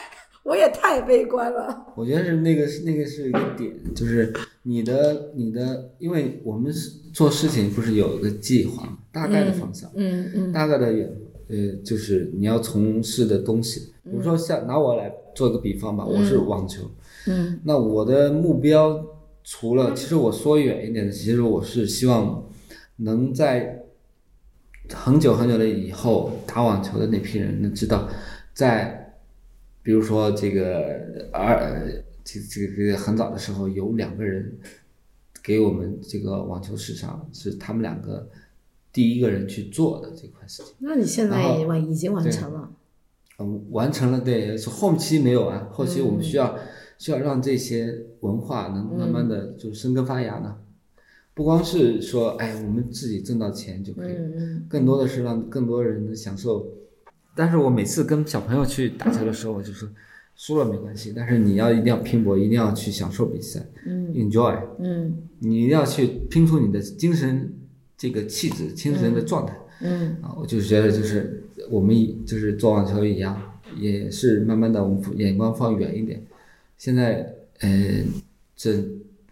我也太悲观了。
我觉得是那个是那个是一个点，就是你的你的，因为我们是做事情不是有一个计划嘛，大概的方向，
嗯嗯
大概的远，呃，就是你要从事的东西。比如说像拿我来做个比方吧，我是网球，
嗯
那我的目标除了其实我说远一点的，其实我是希望能在很久很久的以后打网球的那批人能知道，在比如说这个二这这个这个很早的时候有两个人给我们这个网球市场是他们两个第一个人去做的这块事情。
那你现在
然后
也完已经完
对
成了，
嗯，完成了，对，是后期没有啊，后期我们需要、需要让这些文化能慢慢的就生根发芽呢，不光是说哎我们自己挣到钱就可以，
嗯
更多的是让更多人能享受。但是我每次跟小朋友去打球的时候，我就说输了没关系，但是你要一定要拼搏，一定要去享受比赛、
嗯
e n j o y
嗯
你一定要去拼出你的精神这个气质、精神的状态。
嗯
啊，我就觉得就是我们以就是做网球一样，也是慢慢的我们眼光放远一点。现在呃，这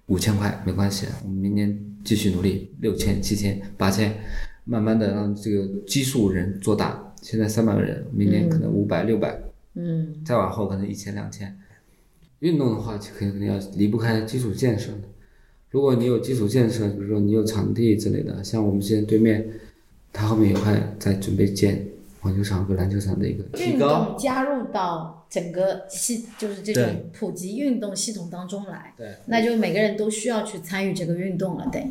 五千块没关系，我们明年继续努力，六千、七千、八千，慢慢的让这个基数人做大。现在三百个人，明年可能五百、六百，
嗯
再往后可能一千、两千。运动的话，就肯定要离不开基础建设的。如果你有基础建设，比如说你有场地之类的，像我们现在对面，它后面有块在准备建网球场和篮球场的一个提
运
高。
动加入到整个系，就是这
对
种普及运动系统当中来，
对，
那就每个人都需要去参与这个运动了，对。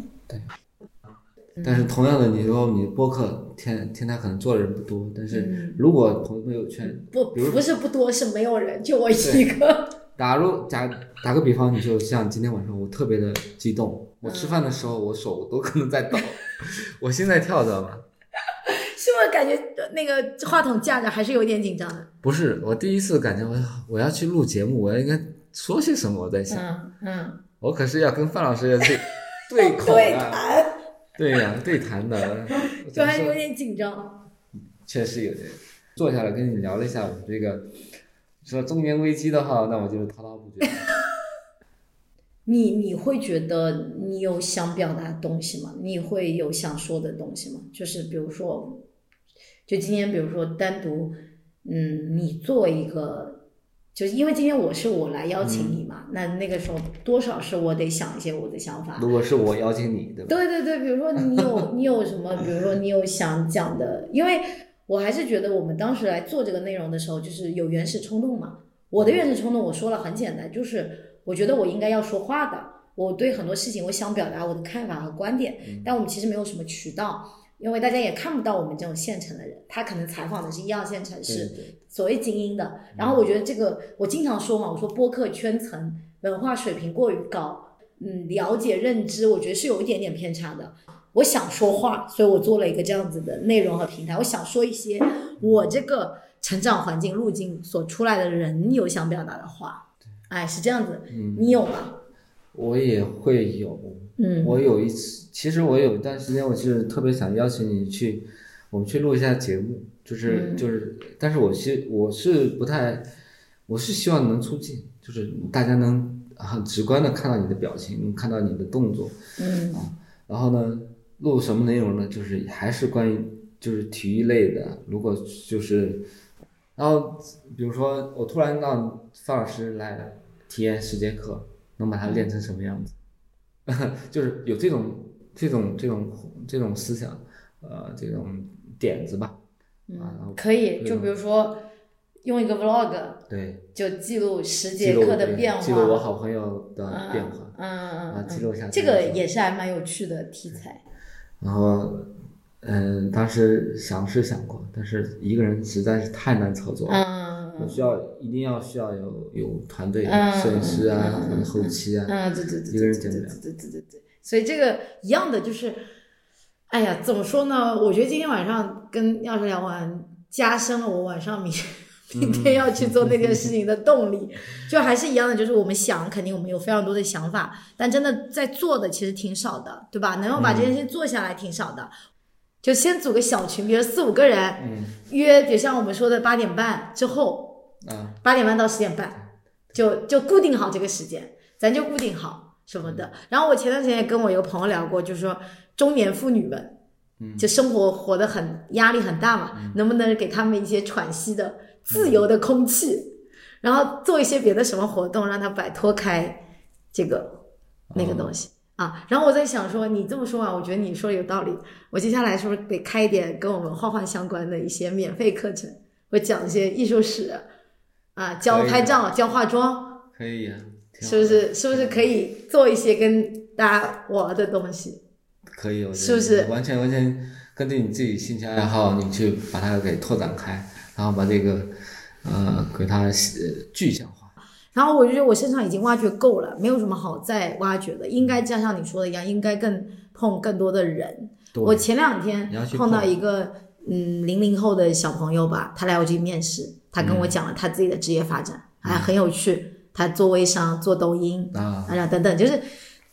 但是同样的，你说你播客天天台可能做的人不多，但
嗯
是如果朋友圈，
不，
比如
不是不多，是没有人，就我一个。
打如打打个比方，你就像今天晚上我特别的激动，我吃饭的时候我手都可能在抖， 我心在跳，知道吗？
是不是感觉那个话筒架着还是有点紧张的？
不是，我第一次感觉我我要去录节目，我要应该说些什么？我在想，
嗯嗯，
我可是要跟范老师要去对口
对啊
的，
谈，
对呀、对谈的，我
就
怎么
还有
说
点紧张。
确实有点。坐下来跟你聊了一下我们这个，说中年危机的话，那我就是滔滔不绝。
你你会觉得你有想表达的东西吗？你会有想说的东西吗？就是比如说，就今天，比如说单独，嗯，你做一个，就是因为今天我是我来邀请你
嗯
嘛，那那个时候多少是我得想一些我的想法，
如果是我邀请你，对吧？
对对对，比如说你有你有什么，比如说你有想讲的，因为我还是觉得我们当时来做这个内容的时候，就是有原始冲动嘛。我的原始冲动，我说了很简单，就是我觉得我应该要说话的，我对很多事情我想表达我的看法和观点，但我们其实没有什么渠道，因为大家也看不到我们这种县城的人，他可能采访的是一二线城市，
对对
所谓精英
嗯
的。然后我觉得这个，我经常说嘛，我说播客圈层文化水平过于高，嗯，了解认知，我觉得是有一点点偏差的。我想说话，所以我做了一个这样子的内容和平台。我想说一些我这个成长环境路径所出来的人有想表达的话。哎，是这样子，
嗯
你有吗？
我也会有，
嗯，
我有一次，其实我有一段时间，我是特别想邀请你去，我们去录一下节目，就是、就是，但是我其实我是不太，我是希望能促进，就是大家能很直观的看到你的表情，能看到你的动作，嗯，啊，然后呢，录什么内容呢？就是还是关于就是体育类的，如果就是，然后比如说我突然让范老师来体验十节课，
嗯
能把它练成什么样子？ 就是有这种这种这种这种思想，呃，这种点子吧。
嗯
啊，
可以，就比如说用一个 vlog
对，
就记录十
记
节
录我
课
的
变化，
记录我好朋友的变化，
嗯嗯
啊
嗯，
记录一下
这
他的
个
变化
也是还蛮有趣的题材。
然后。嗯，当时想是想过，但是一个人实在是太难操作了。
嗯
我需要一定要需要有有团队、
嗯
摄影师啊，
嗯
或者后期啊，
嗯，对对对，
一个人
对
剪
对
不
对
了。
对对对对，所以这个
一样的就是，哎呀，怎么说呢？我觉得今天晚上跟钥匙聊完，加深了我晚上 明明天要去做那件事情的动力。就还是一样的，就是我们想，肯定我们有非常多的想法，但真的在做的其实挺少的，对吧？能够把这件
嗯
事情做下来挺少的。就先组个小群，比如四五个人，
嗯
约，比如像我们说的八点半之后，
啊，
八点半到十点半，就就固定好这个时间，咱就固定好什么的。然后我前段时间也跟我一个朋友聊过，就是说中年妇女们，
嗯
就生活活得很压力很大嘛，能不能给他们一些喘息的、自由的空气，然后做一些别的什么活动，让她摆脱开这个那个东西。
哦
啊，然后我在想说，你这么说完，我觉得你说的有道理。我接下来是不是得开一点跟我们画画相关的一些免费课程？我讲一些艺术史，啊，教
可以
拍照、教化妆，
可以啊，挺好
是不
的？
是？是不是可以做一些跟大家玩的东西？
可以，我觉得
是不是
完全完全根据你自己兴趣爱好，你去把它给拓展开，然后把这个呃给它呃具象化。
然后我就觉得我身上已经挖掘够了，没有什么好再挖掘的，应该加上你说的一样，应该更碰更多的人。
对
我前两天
你要去
碰到
碰
一个嗯零零后的小朋友吧，他来我这里面试，他
嗯
跟我讲了他自己的职业发展，哎，很有趣。他做微商，做抖音，
啊，
啊等等，就是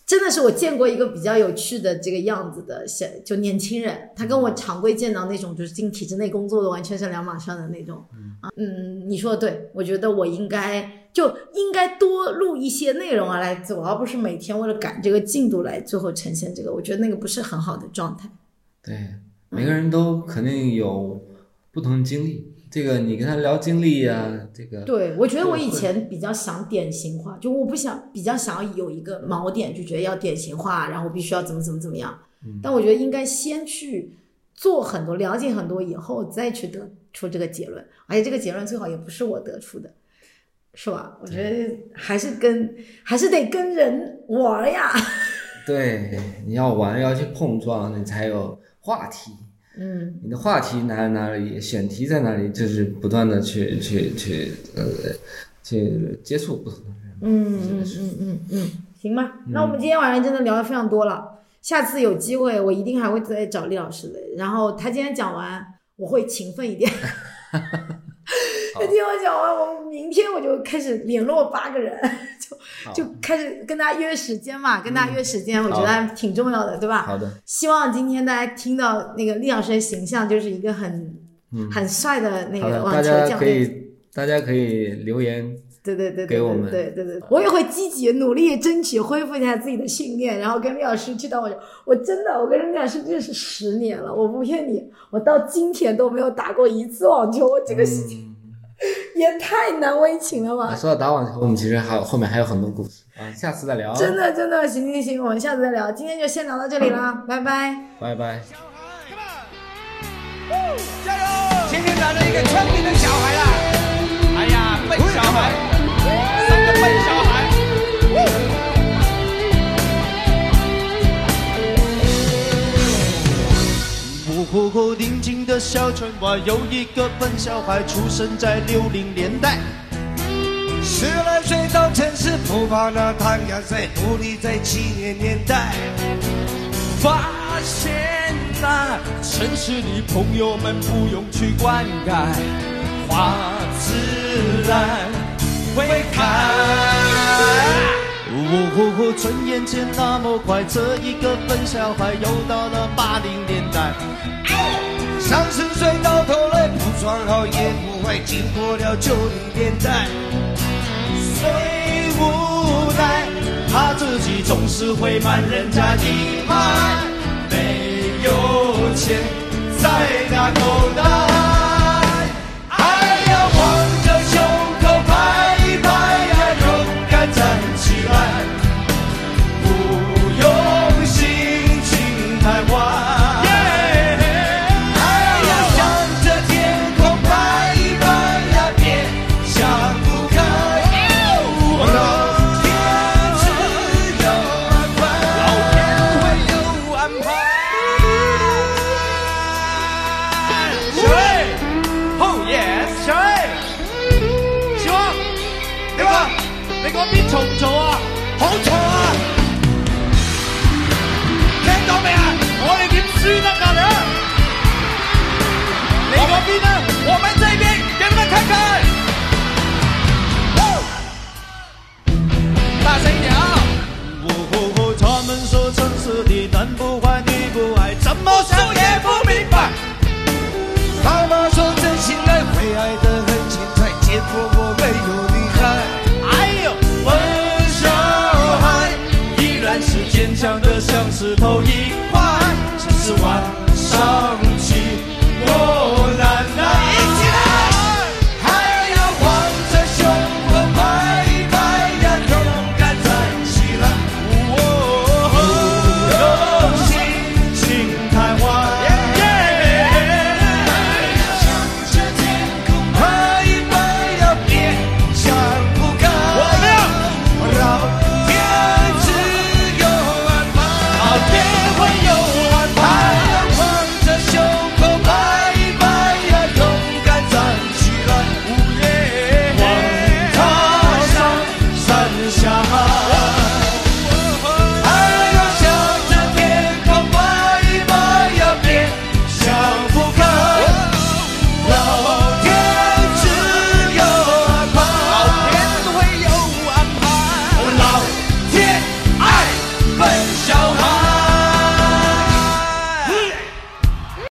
真的是我见过一个比较有趣的这个样子的小就年轻人，他跟我
嗯
常规见到那种就是进体制内工作的完全是两码事儿的那种。啊嗯，你说的对，我觉得我应该就应该多录一些内容啊来做，而不是每天为了赶这个进度来最后呈现这个，我觉得那个不是很好的状态。
对，每个人都肯定有不同的经历，这个你跟他聊经历呀、这个
对，我觉得我以
对
前比较想典型化，就我不想比较想要有一个锚点，就觉得要典型化，然后必须要怎么怎么怎么样。但我觉得应该先去做很多，了解很多以后再去得出这个结论，而且这个结论最好也不是我得出的，是吧？我觉得还是跟还是得跟人玩儿呀。
对，你要玩，要去碰撞，你才有话题。
嗯，
你的话题哪里哪里，选题在哪里，就是不断的去去去呃去接触不同的人。
嗯嗯嗯嗯嗯，行吧，那我们今天晚上真的聊的非常多了，下次有机会我一定还会再找厉老师的。然后他今天讲完，我会勤奋一 点。他今天我讲完，我明天我就开始联络八个人，
好嗯
就就开始跟大家约时间嘛，跟大家约时间，我觉得
好
还挺重要的，对吧？
好的，
希望今天大家听到那个厉老师的形象，就是一个很、很帅的那
嗯好
个
的，
网
大
球
家
教
可
练。
以大家可以留言，
对对对，对
给我们
对对对，对我也会积极努力争取恢复一下自己的训练，然后跟李老师去到我，我真的我跟李老师认识十年了，我不骗你，我到今天都没有打过一次网球，我这个事
嗯
情也太难为情了吧
啊，。说到打网球，我们其实还有后面还有很多故事啊，下次再聊，
真，的真的，行行行，我们下次再聊，今天就先聊到这里 啦，拜拜。
拜拜。
加油！今天来了一个聪明的小孩啦！哎呀，笨小孩，三个笨小孩。
模糊后宁静的小村洼，有一个笨小孩，出生在六零年代。
十来岁到城市不怕那太阳晒，努力在七年年代。发现啊，城市里朋友们不用去灌溉，花自然会开。
有转眼间那么快，这一个笨小孩又到了八零年代。
三十岁到头来不穿好也不会，经过了九零年代，
虽无奈，他自己总是会慢人家一拍，没有钱在那口袋，哎呀，望着胸口拍一拍，呀，勇敢站起来，不用心情太坏。哎呀，向着天空拍一拍呀，别想不开。我老天自有安排，老天会有安排。小伟，哦耶，小伟，小王，你話你嗰邊嘈唔嘈啊？好嘈啊！聽到未啊？我哋點輸得㗎你？你嗰边呢？我们这边，给你们看看。大声一点啊！哦吼吼，他们说城市的男不坏女不爱，怎么说也不明白。
妈妈说真心爱会爱得很精彩，结果我没有你爱。
哎呦，笨小孩依然是坚强的，像石头一块。